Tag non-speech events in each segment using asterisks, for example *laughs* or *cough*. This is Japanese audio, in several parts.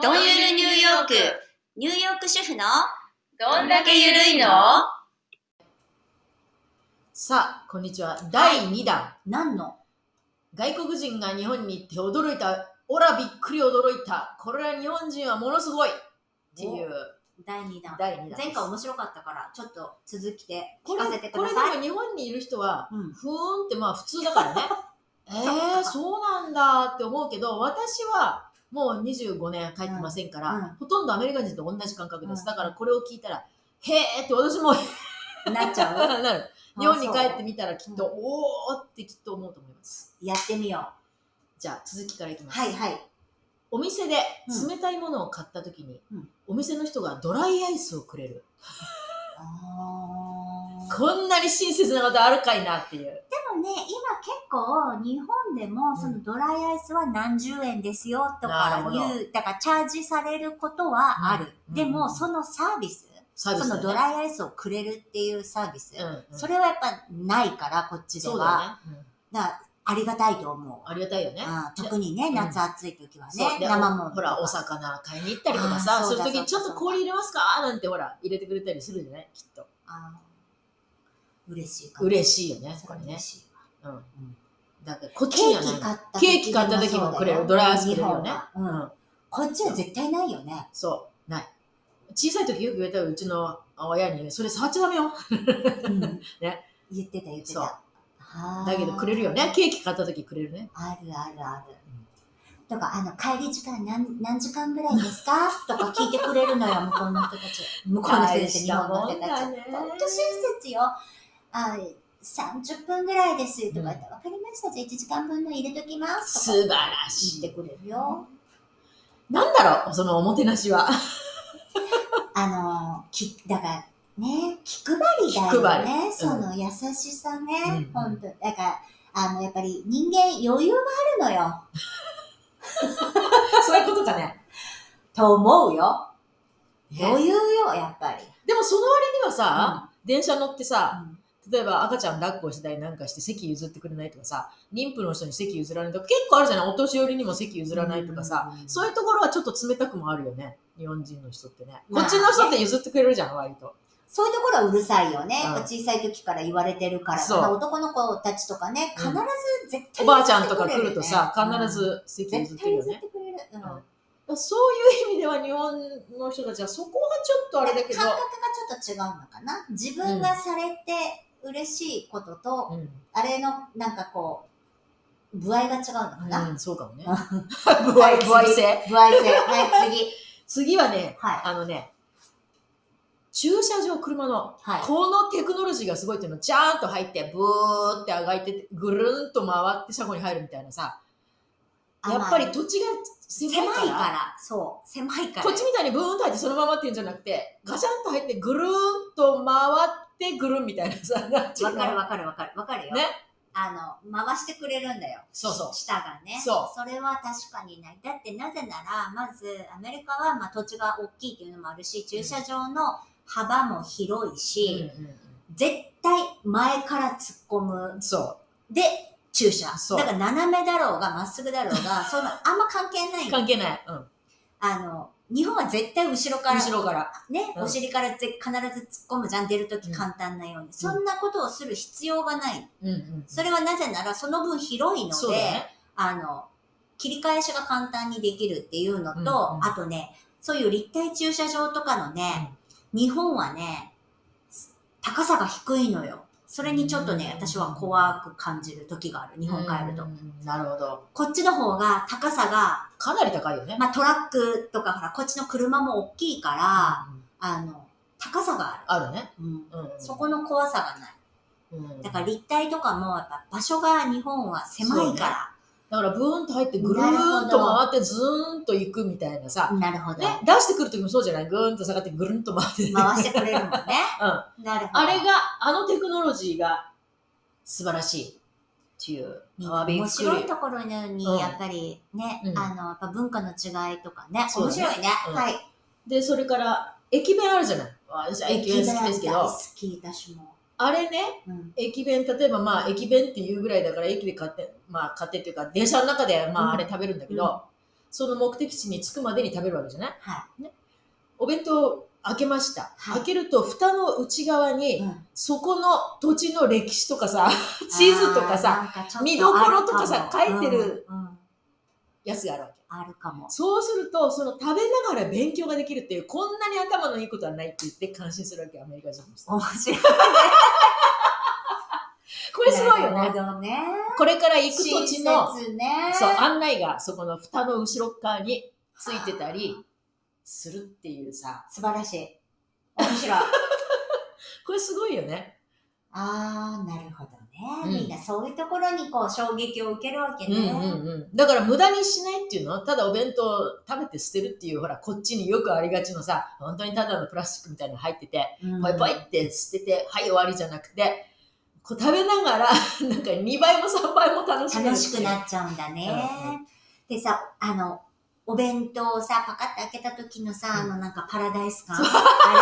どんゆるニューヨーク、ニューヨーク主婦のどんだけゆるいのさあ、こんにちは。第2弾。何の外国人が日本に行って驚いた。おら、びっくり驚いた。これは日本人はものすごいっていう第2弾。第2弾です。前回面白かったから、ちょっと続きでこ聞れかせてくこだれでさい。も日本にいる人は、うんふーんってまあ普通だか *laughs* らね。えー、そうなんだって思うけど、私はもう25年帰ってませんから、うんうんほとんどアメリカ人と同じ感覚です。うんだからこれを聞いたら、へーって私も *laughs* なっちゃうなる。あ日本に帰ってそみたらきっと、うおーってきっと思うと思います。うやってみよう。じゃあ続きからいきます。はいはい。お店で冷たいものを買った時に、うんお店の人がドライアイスをくれる。あーこんなに親切なことあるかいなっていう。でもね、今結構日本でもそのドライアイスは何十円ですよとなかるほどいう、だからチャージされることはある。うんでうもんそのサービス、サービスそだのねドライアイスをくれるっていうサービス、うんうんそれはやっぱないから、こっちでそうは。だよね、だからありがたいと思う。ありがたいよね。あー特にね、ん夏暑い時はね、そうで生もんとか。ほら、お魚買いに行ったりとかさ、あーそういうそうだ時にちょっそうとだ氷入れますかなんてほら、入れてくれたりするじゃないきっと。あー嬉しいかも嬉しいよね、そそこれにね嬉。しいわうんん。だから、こっちケにーはキな買い。ったケーキ買った時もくれる。ドライアイスくれるよね日。本はうんこっちは絶対ないよね。そう、ない。小さい時よく言われたらうちの親に、それ触っちゃダメよ。 *laughs* ね言ってた言ってそうた。あーだけどくれるよね。。ケーキ買った時くれるね。あるあるある。とか、あの、帰り時間何何時間ぐらいですかとか聞いてくれる *laughs* のよ、向こうの人たち。向こうの人たち、日本の人たち。大ほんしとたもんだね親切よ。あー30分ぐらいですとか言って、わ、かりました。じゃあ1時間分の入れときます。素と晴からし言っいて。くれるよ。なんだろう、そのおもてなしは。 *laughs* あのー、き、だから、ね、気配りだ気よ配ね。その優しさね。うんうん本当だから、あの、やっぱり人間余裕があるのよ。そういうことかね。と思うよ。ね余裕よ、やっぱり。でもその割にはさ、電車乗ってさ、うん例えば赤ちゃん抱っこしたりなんかして席譲ってくれないとかさ妊婦の人に席譲らないとか結構あるじゃないお年寄りにも席譲らないとかさ、うんそういうところはちょっと冷たくもあるよね日本人の人ってね、まあこっちの人って譲ってくれるじゃん割とそういうところはうるさいよね。うんやっぱ小さい時から言われてるから。そうまあ男の子たちとかね、うん必ず絶対、おばあちゃんとか来るとさ必、ず席うん譲絶って対る譲よってねくれる。うんんそういう意味では日本の人たちはそこはちょっとあれだけど感、覚がちょっと違うのかな。自分がされて嬉しいことと、うんあれの、なんかこう、具合が違うのかな。うん、そうかも *laughs* ね具不愛不愛性具合性。はい、次。次はねはい。あのね駐車場車のはい。このテクノロジーがすごいっていうの、ジャーンと入って、ブーって上がって、ぐるんと回って車庫に入るみたいなさ、やっぱりあまあ土地が狭狭いから、いから。そう。狭いから。こっちみたいにブーンと入ってそのままっていうんじゃなくて、ガシャンと入って、ぐるんと回ってぐるんみたいなさ、なんていうわのかるわかるわかるわかるよ。ねあの、回してくれるんだよ。そうそう舌がね。。そうそれは確かにない。だってなぜなら、まずアメリカはまあ土地が大きいっていうのもあるし、駐車場の幅も広いし、うんうん絶対前から突っ込むうん。そで駐車。そうだから斜めだろうがまっすぐだろう *laughs* が、そういうのあんま関係なう。い。関係ない。うん。あの、日本は絶対後ろから。後ろから。ね、うんお尻からぜ必ず突っ込むじゃん、出るとき簡単なように。そんなことをする必要がない。うんうん。それはなぜならその分広いのそうで、だね。あの、切り返しが簡単にできるっていうのと、うんうんあとね、そういう立体駐車場とかのね、日本はね、高さが低いのよ。それにちょっとね、うん私は怖く感じる時がある、日本帰るとう。んなるほど。こっちの方が高さが、かなり高いよね。まあトラックとかほら、こっちの車も大きいから、うんあの、高さがある。あるね。うんうんうん。そこの怖さがない。うんだから立体とかも、やっぱ場所が日本は狭いかだからブーンと入ってぐるーんと回ってずーんと行くみたいなさら。、なるほど。ね、出してくる時もそうじゃないぐーんと下がってぐるんと回ってね、回してくれる *laughs* もんね。うんなるほど。あれがあのテクノロジーが素晴らしいっていう。あーびっ面くり白いところなのに、うんやっぱりね、うんあの、やっぱ文化の違いとかね、そう面だね白いね。うんはい。で、それから、駅弁あるじゃない。私は駅弁好きですけ駅弁大ど好、き、私も。あれね、うん。駅弁、例えばまあ、駅弁っていうぐらいだから、駅で買って、まあ、買ってっていうか、電車の中で、まうんあ、あれ食べるんだけど、うんその目的地に着くまでに食べるわけじゃないはお弁当開けました。はい開けると、蓋の内側い。に、うんそこの土地の歴史とかさ、地図とかさ、、あーなんちょっ見どころとかさあるも書いてるうんうんやつがあるわけ。あるかも。そうすると、その食べながら勉強ができるっていう、こんなに頭のいいことはないって言って感心するわけ、アメリカ人の人。こ面白い。れすごいよなね。るほどね。これから行く土地の、親切ね。そう、案内がそこの蓋の後ろっ側についてたりするっていうさ、素晴らしい。面白い。 *laughs* これすごいよね。あー、なるほどね、うんみんなそういうところにこう衝撃を受けるわけうんね。うんうん。だから無駄にしないっていうのただお弁当を食べて捨てるっていう、ほら、こっちによくありがちのさ、本当にただのプラスチックみたいなの入ってて、うんポイポイって捨てて、はい、終わりじゃなくて、こう食べながら、 *laughs* なんか2倍も3倍も楽しめる楽しくっなっちゃうんだね。でさ、あの、お弁当をさ、パカッて開けた時のさ、あうんのなんかパラダイス感。あれ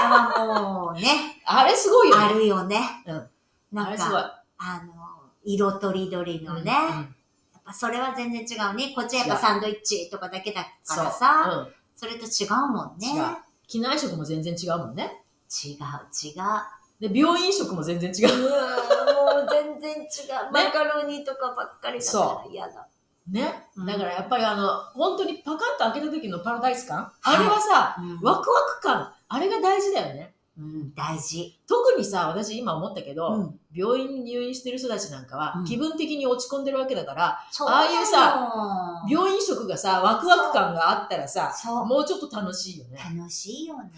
はもうね、 *laughs* ていうあれすごいよあね。るよね。うんあなんれすごいか、。あの、色とりどりのね、うんうやんっぱそれは全然違うね。こっちはやっぱ違うサンドイッチとかだけだかそうらさ、うんそれと違うもんね。違う機内食も全然違うもんね。違う、違う。で、病院食も全然違う。うわーもう全然違う。ねマカロニとかばっかりだから嫌だ。ね。うんだからやっぱりあの、本当にパカッと開けた時のパラダイス感あれはさ、うんワクワク感、あれが大事だよね。うん、大事。特にさ、私今思ったけど、うん病院に入院してる人たちなんかは、うん気分的に落ち込んでるわけだから、そああいうさ病院食がさ、ワクワク感があったらさ、そう。もうちょっと楽しいよね。楽しいよね。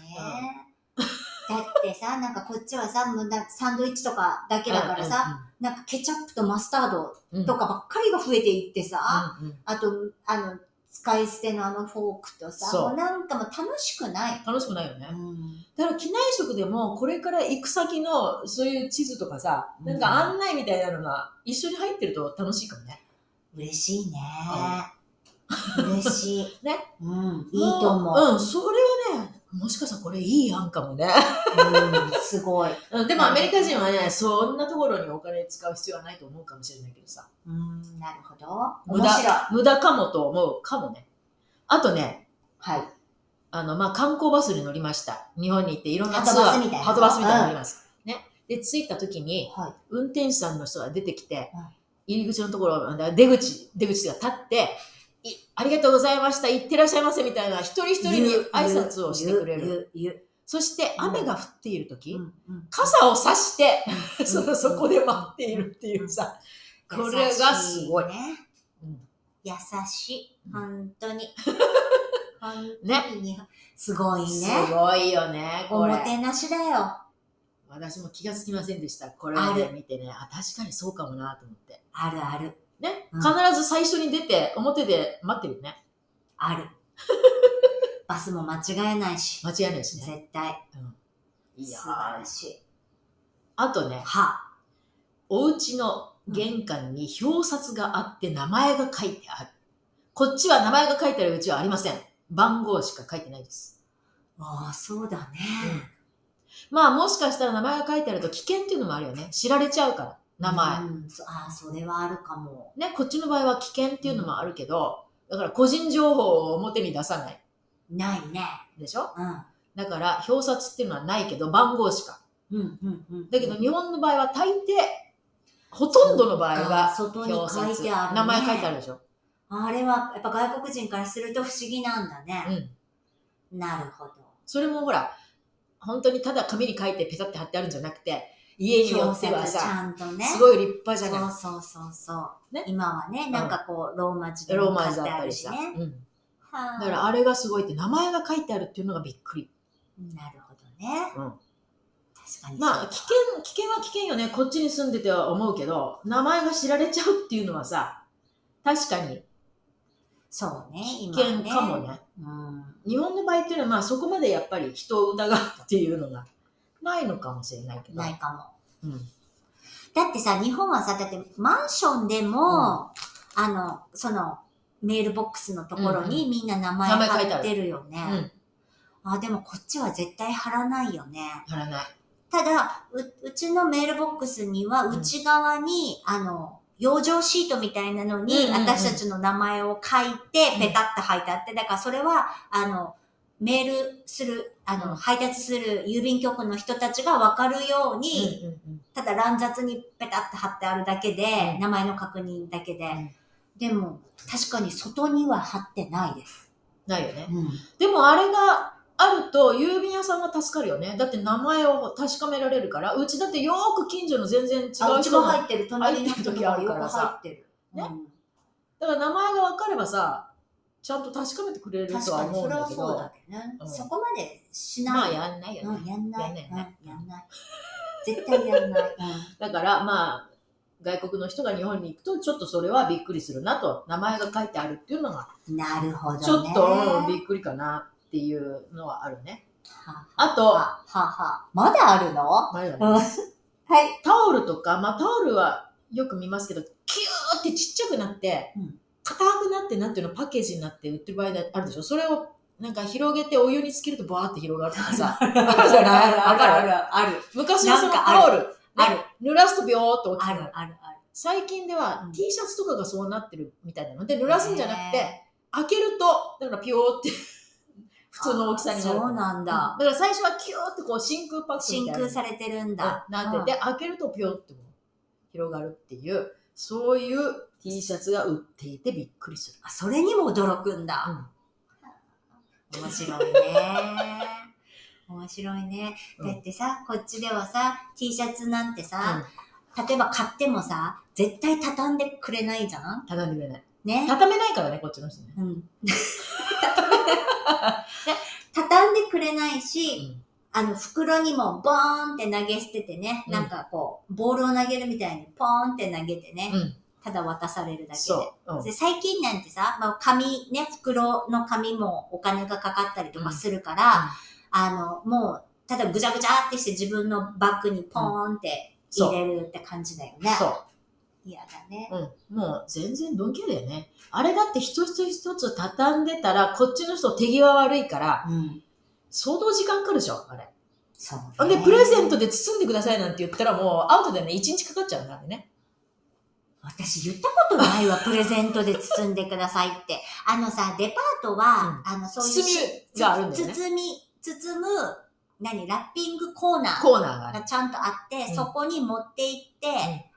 だってさ、 *laughs* なんかこっちはさ、もうなサンドイッチとかだけだからさ、なんかケチャップとマスタードうん、うんとかばっかりが増えていってさ、、うんうんあと、あの、使い捨てのあのフォークとさ、そうもうなんかもう楽しくない。楽しくないよねう。んだから機内食でも、これから行く先のそういう地図とかさ、なんか案内みたいなのが一緒に入ってると楽しいかもね。嬉しいね。嬉しい。 *laughs* ね。うん、いいと思う。もう。うん、それはね、もしかしたらこれいい案かもね。うんすごい。 *laughs* うんでもアメリカ人はね、そんなところにお金使う必要はないと思うかもしれないけどさ、うん、なるほど。無面駄白い。無駄かもと思うかもね。あとね、はい。あの、まあ、観光バスに乗りました。日本に行っていろんなはツとアバスーみたいなはとバスみたいなの乗ります。ね。で、着いた時に、はい。運転手さんの人が出てきてうん、入り口のところ、あ出口、出口が立って、いありがとうございました、行ってらっしゃいませみたいな、一人一人に挨拶をしてくれる。る。言うそして、うん雨が降っている時、言ううんうん傘を差して、うんそのそこで待っているっていうさ、これがすごい。優しねうん優しい。うん本当 *laughs* に。本ね。当に日本。すごいすね。ごいよね、おこれも。てなしだよ。私も気がつきませんでした。これを、ねあ、見てね、あ、確かにそうかもなと思って。あるある。ね、うん必ず最初に出て、表で待ってるよね。あ *laughs* る。バスも間違えないし。間違いないし絶ね。対。いや素晴ーらしい。あとね、は。お家の玄関に表札があって名前が書いてある。こっちは名前が書いてあるうちはありません。番号しか書いてないです。ああ、そうだね。まあもしかしたら名前が書いてあると危険っていうのもあるよね。知られちゃうから、名前。うんそああ、それはあるかも。ね、こっちの場合は危険っていうのもあるけど、だから個人情報を表に出さないないね。でしょうん。だから表札っていうのはないけど番号しか。うんうんうん。だけど日本の場合は大抵、ほとんどの場合は外に表書い札、てある、ね。名前書いてあるでしょ。あれはやっぱ外国人からすると不思議なんだうね。ん。なるほど。それもほら、本当にただ紙に書いてペタって貼ってあるんじゃなくて、家によっては表札ちさ、ゃんとね。すいごい立派じゃそなうそうそうそう、ね今はね、なんかこう、ローマ字いでローもマ買って字だったありるし。したね。うんはだいからあれがすごいって名前が書いてあるっていうのがびっくり。なるほどね。うん確かにそうまあ、危険、危険は危険よね。こっちに住んでては思うけど、名前が知られちゃうっていうのはさ、確かにそうね、危今は険かもね。うん。日本の場合っていうのは、まあそこまでやっぱり人を疑うっていうのがないのかもしれないけど。ないかも。うんだってさ、日本はさ、だってマンションでも、あの、その、メールボックスのところにみんな名前名前書いて貼あっるてるよね。うん。あ、でもこっちは絶対貼らないよね。やらない。ただ、う、うちのメールボックスには、うん内側に、あの、養生シートみたいなのに、うんうんうん私たちの名前を書いて、ペタッと書いてあって、だからそれは、あの、メールする、あの、うん配達する郵便局の人たちがわかるように、うんうんうんただ乱雑にペタッと貼ってあるだけで、うん名前の確認だけで。んでも、確かに外には貼ってないです。ないよね。でもあれがあると郵便屋さんが助かるよね。だって名前を確かめられるから、うちだってよーく近所の全然違う人あ、うちもが入ってる。隣の人とかよく入ってる。入ってる時あるからさうんだから名前が分かればさ、ちゃんと確かめてくれる確とはかに思うそんれはだけそうどだ、けどね、うんそこまでしない、まあやんないようね。ん、やんないやんないよねうん、やんない絶対やんない、だからまあ、外国の人が日本に行くと、ちょっとそれはびっくりするなと、名前が書いてあるっていうのが、うん、なるほどねちょっとうんはびっくりかなっていうのはあるね。はあと、ははまだあるのはあれだねうんいタオルとか、まあ、タオルはよく見ますけど、キューってちっちゃくなってうん、硬くなって、なんていうの、パッケージになって売ってる場合があるでしょ。それをなんか広げてお湯につけるとバーって広がるとかさ、 *laughs* あるじゃないわかるある昔のそのなんかあタオル、ねある濡らすとビョーっと落ちあてるくる。あるある最近でうはん T シャツとかがそうなってるみたいなので、濡らすんじゃなくて、開けると、だからピョーって、 *laughs* 普通の大きさになる。そうなんだだ、から最初はキューってこう真空パック真みたい空な。されてるんだ、なってて、開けるとピョンってもう広がるっていう、そういう T シャツが売っていてびっくりする。あそれにも驚くんだ、面白いね面白いねだってさ、こっちではさ T シャツなんてさ、例えば買ってもさ、絶対畳んでくれないじゃん畳んでくれない。ね。畳めないからね、こっちの人ね。うん。 *laughs* 畳んでくれないし、あの、袋にもボーンって投げ捨ててね、うんなんかこう、ボールを投げるみたいにポーンって投げてね、うんただ渡されるだけで。そう。うんで最近なんてさ、まあ、紙、ね、袋の紙もお金がかかったりとかするから、あの、もう、ただぐちゃぐちゃってして自分のバッグにポーンって入れるって感じだよね。そ嫌だね。う。うん。もう全然ドンキャだよね。あれだって一つ一つ畳んでたら、こっちの人手際悪いから、うん。相当時間かかるでしょ、あれ。そう、ほんで、プレゼントで包んでくださいなんて言ったらもうアウトだよね。一日かかっちゃうんだよね。私言ったことない *laughs* わ、プレゼントで包んでくださいって。あのさ、デパートは、あの、そういう包みがあるんだよね。包み、包む、何、ラッピングコーナーコーナーがあるがちゃんとあって、うんそこに持って行って、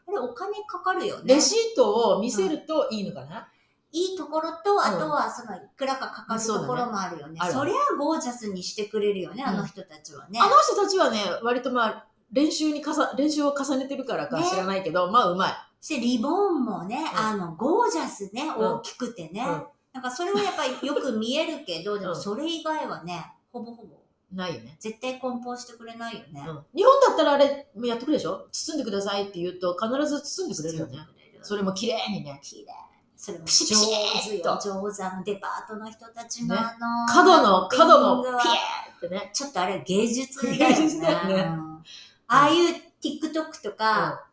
あれお金かかるよねレ。シートを見せるといいのかな、いいところと、あとはその、いくらかかかるところもあるよね。そうだねあるそりゃゴージャスにしてくれるよね、うんあの人たちはね。あの人たちはね、割とまあ、練習にかさ、練習を重ねてるからかね知らないけど、まあ、うまい。そしてリボンもね、んあの、ゴージャスね、うん大きくてね。うんなんかそれはやっぱりよく見えるけど、でもうんそれ以外はね、ほぼほぼないよね。絶対梱包してくれないよねうん。。日本だったらあれ、やってくれるでしょ包んでくださいって言うと、必ず包んでくれるよね。それも綺麗にね。綺麗。それもピシ上ピシ手よっと。上手。あのデパートの人たちのねあの、角の、角の、ピピングエーはってね。ちょっとあれ芸術だよ芸ね術だよ *laughs* ね。うんああいう TikTok とうんか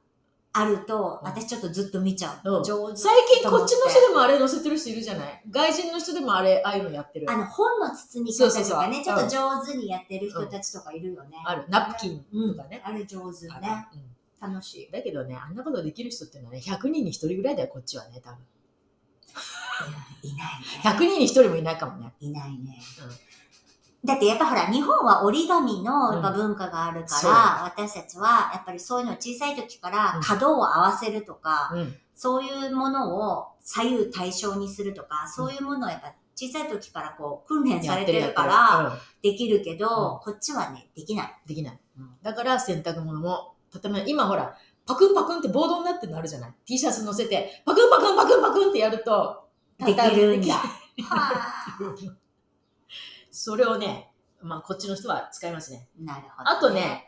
あると、うん私ちょっとずっと見ちゃうう。ん上手。最近こっちの人でもあれ載せてる人いるじゃない外人の人でもあれ、ああいうのやってるあ。の本の包み方そうとそうかそううね、んちょっと上手にやってる人たちとかいるよね。ある。ナプキンとかね。あれ上手あるね。うん楽しい。だけどね、あんなことできる人っていうのはね、100人に1人ぐらいだよ、こっちはね、多分。いないね。 100人に1人もいないかもね。いないね。だってやっぱほら、日本は折り紙のやっぱ文化があるから、私たちはやっぱりそういうのを小さい時からうん角を合わせるとか、うん。そういうものを左右対称にするとか、そういうものをやっぱ小さい時からこう訓練されてるからら、できるけど、こっちはね、できない。できない。だから洗濯物も、畳めない今ほら、パクンパクンってボードになってるのあるじゃない ?T シャツ乗せて、パクンパクンパクンパクンってやると、できる畳めんてだ。 *laughs* はあそれをね、まあこっちの人は使いますね。なるほど。あとね、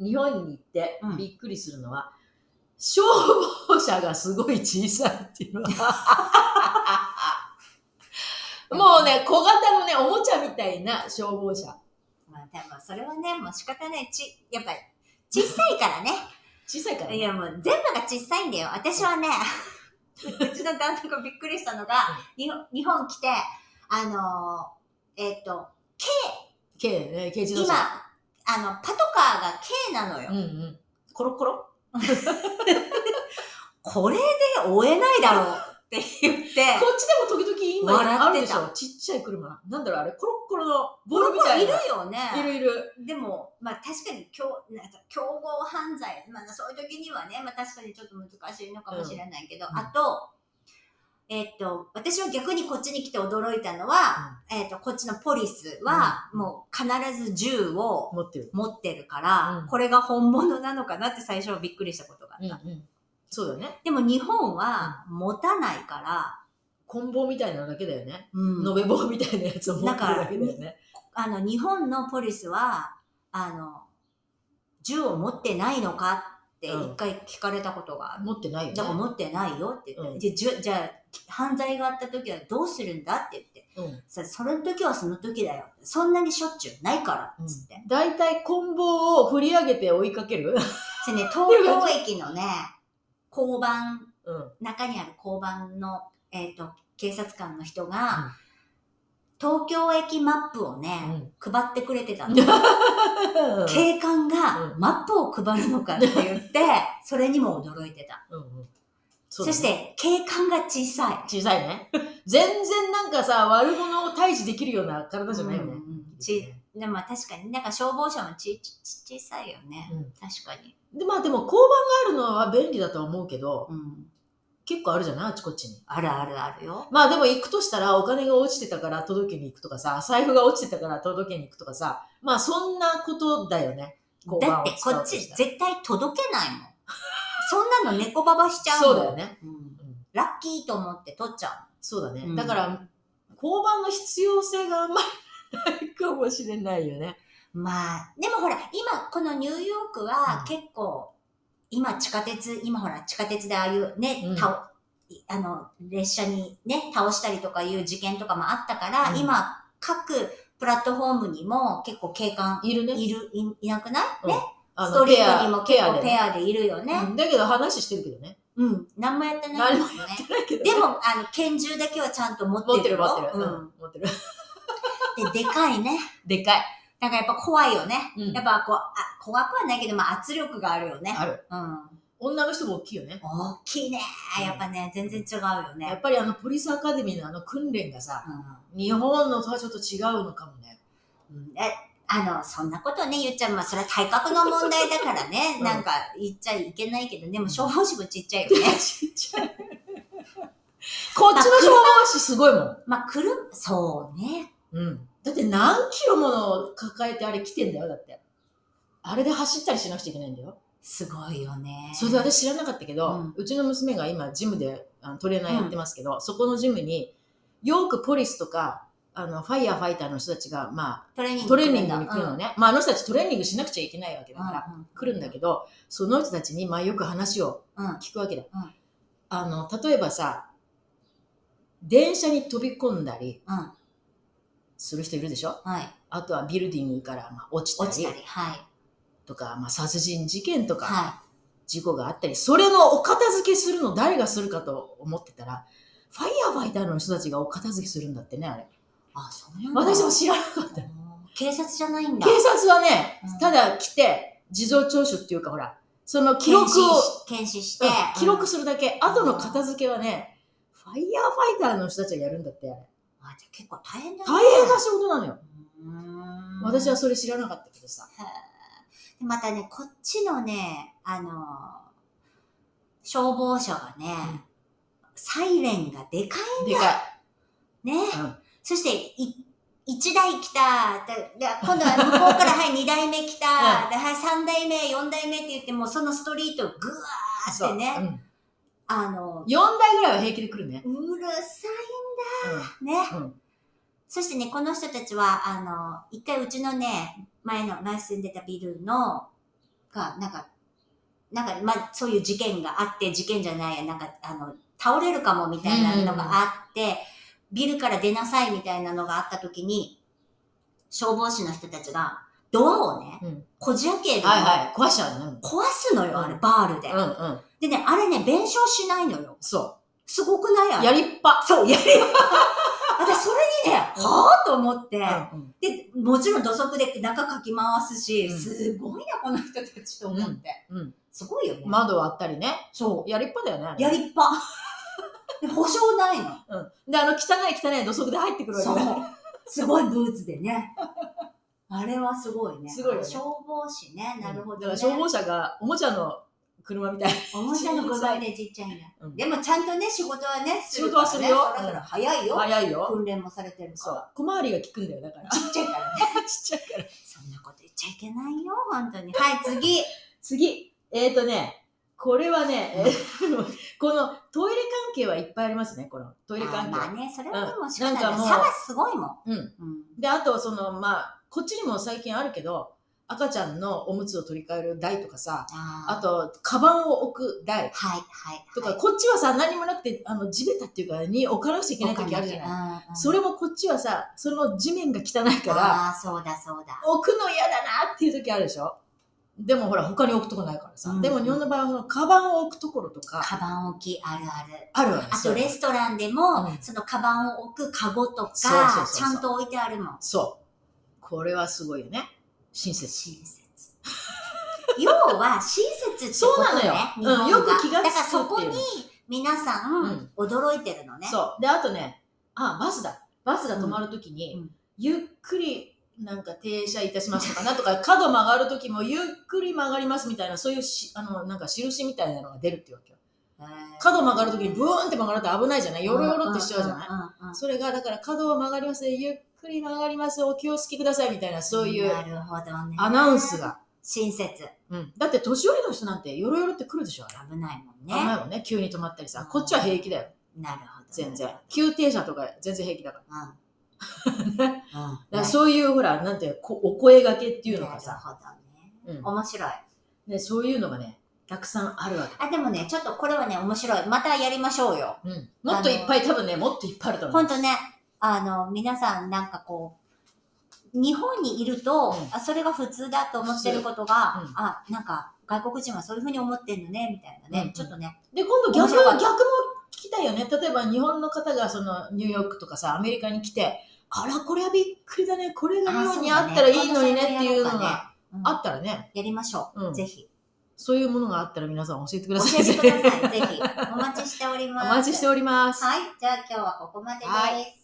うん。日本に行ってうんびっくりするのは、消防車がすごい小さいっていうのは。もうね、小型のね、おもちゃみたいな消防車。まあでもそれはね、もう仕方ない。ち、やっぱり小さいからね。小さいから、いね。やもう全部が小さいんだよ。私は *laughs* ね、うちの旦那がびっくりしたのが、日本日本来て、あのーえっ、と、軽、えー軽自動今、車。あの、パトカーが K なのよ。うんうん。コロコロこれで追えないだろうって言って、 *laughs* こっちでも時々今あ笑るっでてしたょ。ちっちゃい車。なんだろう、あれ、コロコロのこボーのルみ子たいいるな。よいるね。いる。でも、まあ確かに強なんか競合犯罪、まあそういう時にはね、まあ確かにちょっと難しいのかもしれないけど、うんあと、えっと、私は逆にこっちに来て驚いたのは、えっと、こっちのポリスは、うんもう必ず銃を持ってる。持ってるから、うんこれが本物なのかなって最初はびっくりしたことがあった。ん。そうだよね。でも日本は持たないから、棍棒みたいなのだけだよね。うん延べ棒みたいなやつを持ってるだけだよね。あの、日本のポリスは、あの、銃を持ってないのかってうん一回聞かれたことがある。持ってないよね。だから持ってないよって言って、うんじゃじゅじゃあ犯罪があった時はどうするんだって言って、うんさその時はその時だよ。そんなにしょっちゅうないから、つって。大体、棍棒を振り上げて追いかける。それね、東京駅のね、交番、うん。中にある交番の、えっ、と、警察官の人うんが、東京駅マップをね、配ってくれてたの。警官がうんマップを配るのかって言 *laughs* って、それにも驚いてた。うんうんそ,、そうだねして、警官が小さい。小さいね。全然なんかさ、悪者を退治できるような体じゃないよね。うんうんちでも確かに、なんか消防車もちちち小さいよね。うん確かに。で、まあでも、交番があるのは便利だとは思うけど、うん。結構あるじゃないあちこちに。あるあるあるよ。まあでも行くとしたら、お金が落ちてたから届けに行くとかさ、財布が落ちてたから届けに行くとかさ、まあそんなことだよね。交だ番っをてこ使うとっちしたら絶対届けないもん。そんなの猫ババしちゃうそうもんだよね。うんうんラッキーと思って取っちゃうそうだね。うんだから、交番の必要性があんまりないかもしれないよね。まあ、でもほら、今、このニューヨークうはん結構、今地下鉄、今ほら地下鉄でああいうね、うん倒いあの、列車にね、倒したりとかいう事件とかもあったから、うん今、各プラットフォームにも結構警官いるね。いる、いいなくないうんね。あスのトリートにも結ペア構でねペアでいるよね。うんだけど話してるけどね。うん。何もやってないよね。でも、あの、拳銃だけはちゃんと持ってる持ってよる持ってる。ううん持ってる。ん。で、でかいね。でかい。だからやっぱ怖いよね。うんやっぱこう、あ怖くはないけど、まあ圧力があるよね。ある。うん。女の人も大きいよね。大きいねうんやっぱね、全然違うよやねっ、ぱりあのポリスアカデミーのあの訓練がさ、日本のとはちょっと違うのかも *laughs* ね。うん、えあのそんなことね言っちゃうまあそれは体格の問題だからね、 *laughs* うんなんか言っちゃいけないけどでも消防士もちっちゃいよ *laughs* ね、ちっちゃい。こっちの消防士すごいもん。まあ来るそうねうん。だって何キロもの抱えてあれ来てんだよ、だって。あれで走ったりしなくちゃいけないんだよ。すごいよねそれで私知らなかったけど、ううんちの娘が今ジムであのトレーナーやってますけど、そこのジムによくポリスとかあのファイヤーファイターの人たちが、まトレーニンあ、グトレーニングに来るのね、まあ、あの人たちトレーニングしなくちゃいけないわけだから、うんうん来るんだけどその人たちに、まあ、よく話をうん聞くわけだ、うんあの例えばさ電車に飛び込んだりうんする人いるでしょはいあとはビルディングからまあ落ちた落ちりたりはいとか、まあ、殺人事件とか、は事故があったり、それのお片付けするの誰がするかと思ってたら、ファイヤーファイターの人たちがお片付けするんだってね、あれ。いあそうなんだ私も知らなかった。うん警察じゃないんだ警察はねうん、ただ来て、事情聴取っていうか、ほら、その記録を、検視し検視して、うん記録すするだけ、後の片付けはね、ファイヤーファイターの人たちがやるんだって、あれ。あじゃあ結構大変だね大変な仕事なのよ。うん私はそれ知らなかったけどさ。へーでまたね、こっちのね、あのー消防車がね、うんサイレンがでかいでかい。ね。うんそして、い1台来た、でで今度は向こうから、はい、2台 *laughs* 目来た、ではい、3台目、4台目って言って、もうそのストリートをぐわーっそう。てうん、ね、 4あの、台ぐらいは平気で来るね。うるさうんいね。うんそしてね、この人たちは、あの、一回うちのね、前の、前住んでたビルの、が、なんか、なんか、まあ、そういう事件があって、事件じゃないや、なんか、あの、倒れるかもみたいなのがあって、ビルから出なさいみたいなのがあった時に、消防士の人たちが、ドアをね、うんこじ開けるの、はいはい。壊しちゃうのね。壊すのよ、あれ、バールで。うんうん。でね、あれね、弁償しないのよ。そすごくないあう。れやりっぱ。そう、やり私、それにね、うんはぁと思って、うんで、もちろん土足で中かき回すし、うんすごいな、この人たちと思って。うんうんすごいよね。窓割ったりね。そやりっぱだよねあう。れ。やりっぱ。で保証 *laughs* ないの。うん。で、あの、汚い汚い土足で入ってくるわけそうだ。。すごいブーツでね。あれはすごいね。すごいよね消防士ね。なるほ *laughs* だかど、ね。ら消防車がおもちゃの車みたいな。おもちゃの具材でちっちゃいね。うんでもちゃんとね、仕事はね、仕事はするよだからねそろそろ早いよ。早いよ。訓練もされてるそかう。小回りが効くんだよ、だから *laughs* ら。。ちっちゃいからね。ちっちゃいから。そんなこと言っちゃいけないよ、本当に。はい、次。次。えっ、ー、とね、これはね、うんえー *laughs* このトイレ関係はいっぱいありますね、このトイレ関係。あまあね、それはでも仕方ない。うんなんかもう差がすごいもん。うんうん。で、あと、その、まあ、こっちにも最近あるけど、赤ちゃんのおむつを取り替える台とかさ、ああーと、カバンを置くは台い、はい。とか、こっちはさ、何もなくて、あの、地べたっていうか、に置かなくちゃいけない時あるじゃない。ないそれれもこっちはさ、その地面が汚いから、ああー、そうだ、そうだ。置くの嫌だなっていう時あるでしょでもほら、他に置くとこないからさ。うんでも日本の場合は、その、カバンを置くところとか、カバン置きあるある。あるわけであすよと、レストランでも、うんそのカバンを置くカゴとか、そうそうそうそうちゃんと置いてあるもん。そう。これはすごいよね。親切。親切。要は、親切ってことね。そうなのようん日本よく気がつくっていうだからそこに、皆さん、驚いてるのね。そう。で、あとね、あ、バスだ。バスが止まるときに、うんうんゆっくり、なんか停車いたしますとかなとか、角曲がるときもゆっくり曲がりますみたいな、そういうし、あの、なんか印みたいなのが出るっていうわけよ。へー角曲がるときにブーンって曲がると危ないじゃないよろよろってしちゃうじゃないんんうんうんそれが、だから角を曲がりますで、ゆっくり曲がります、お気をつけくださいみたいな、そういうなるほどね。アナウンス。が。親切。うん。だって年寄りの人なんてよろよろって来るでしょ、あれ。危ないもん危ないね。もんね、急に止まったりさ。こっちは平気だよ。なるほど。全然。急停車とか全然平気だから。うん。うん。だかだからそういう、ほら、なんていうこお声がけっていうのがさ、なるほどね。うん面白い。ね、そういうのがね、たくさんあるわけ。あ、でもね、ちょっとこれはね、面白い。またやりましょうよ。うん、もっといっぱい、多分ね、もっといっぱいあると思ほう。んとね、あの、皆さんなんかこう、日本にいると、うんあそれが普通だと思ってることが、普通うんあ、なんか外国人はそういうふうに思ってんのね、みたいなね。うんうんちょっとね、で、今度逆面白かっも、た逆も聞きたいよね。例えば、日本の方が、その、ニューヨークとかさ、アメリカに来て、あら、これはびっくりだね。これが日本にあったらいいのにねっていうのが、うんあったらね、やりましょう。うんぜひ。そういうものがあったら皆さん教えてくだ教さえい。てください。ぜひ。お待ちしており *laughs* おます。待ちしております。はい。じゃあ今日はここまでです。は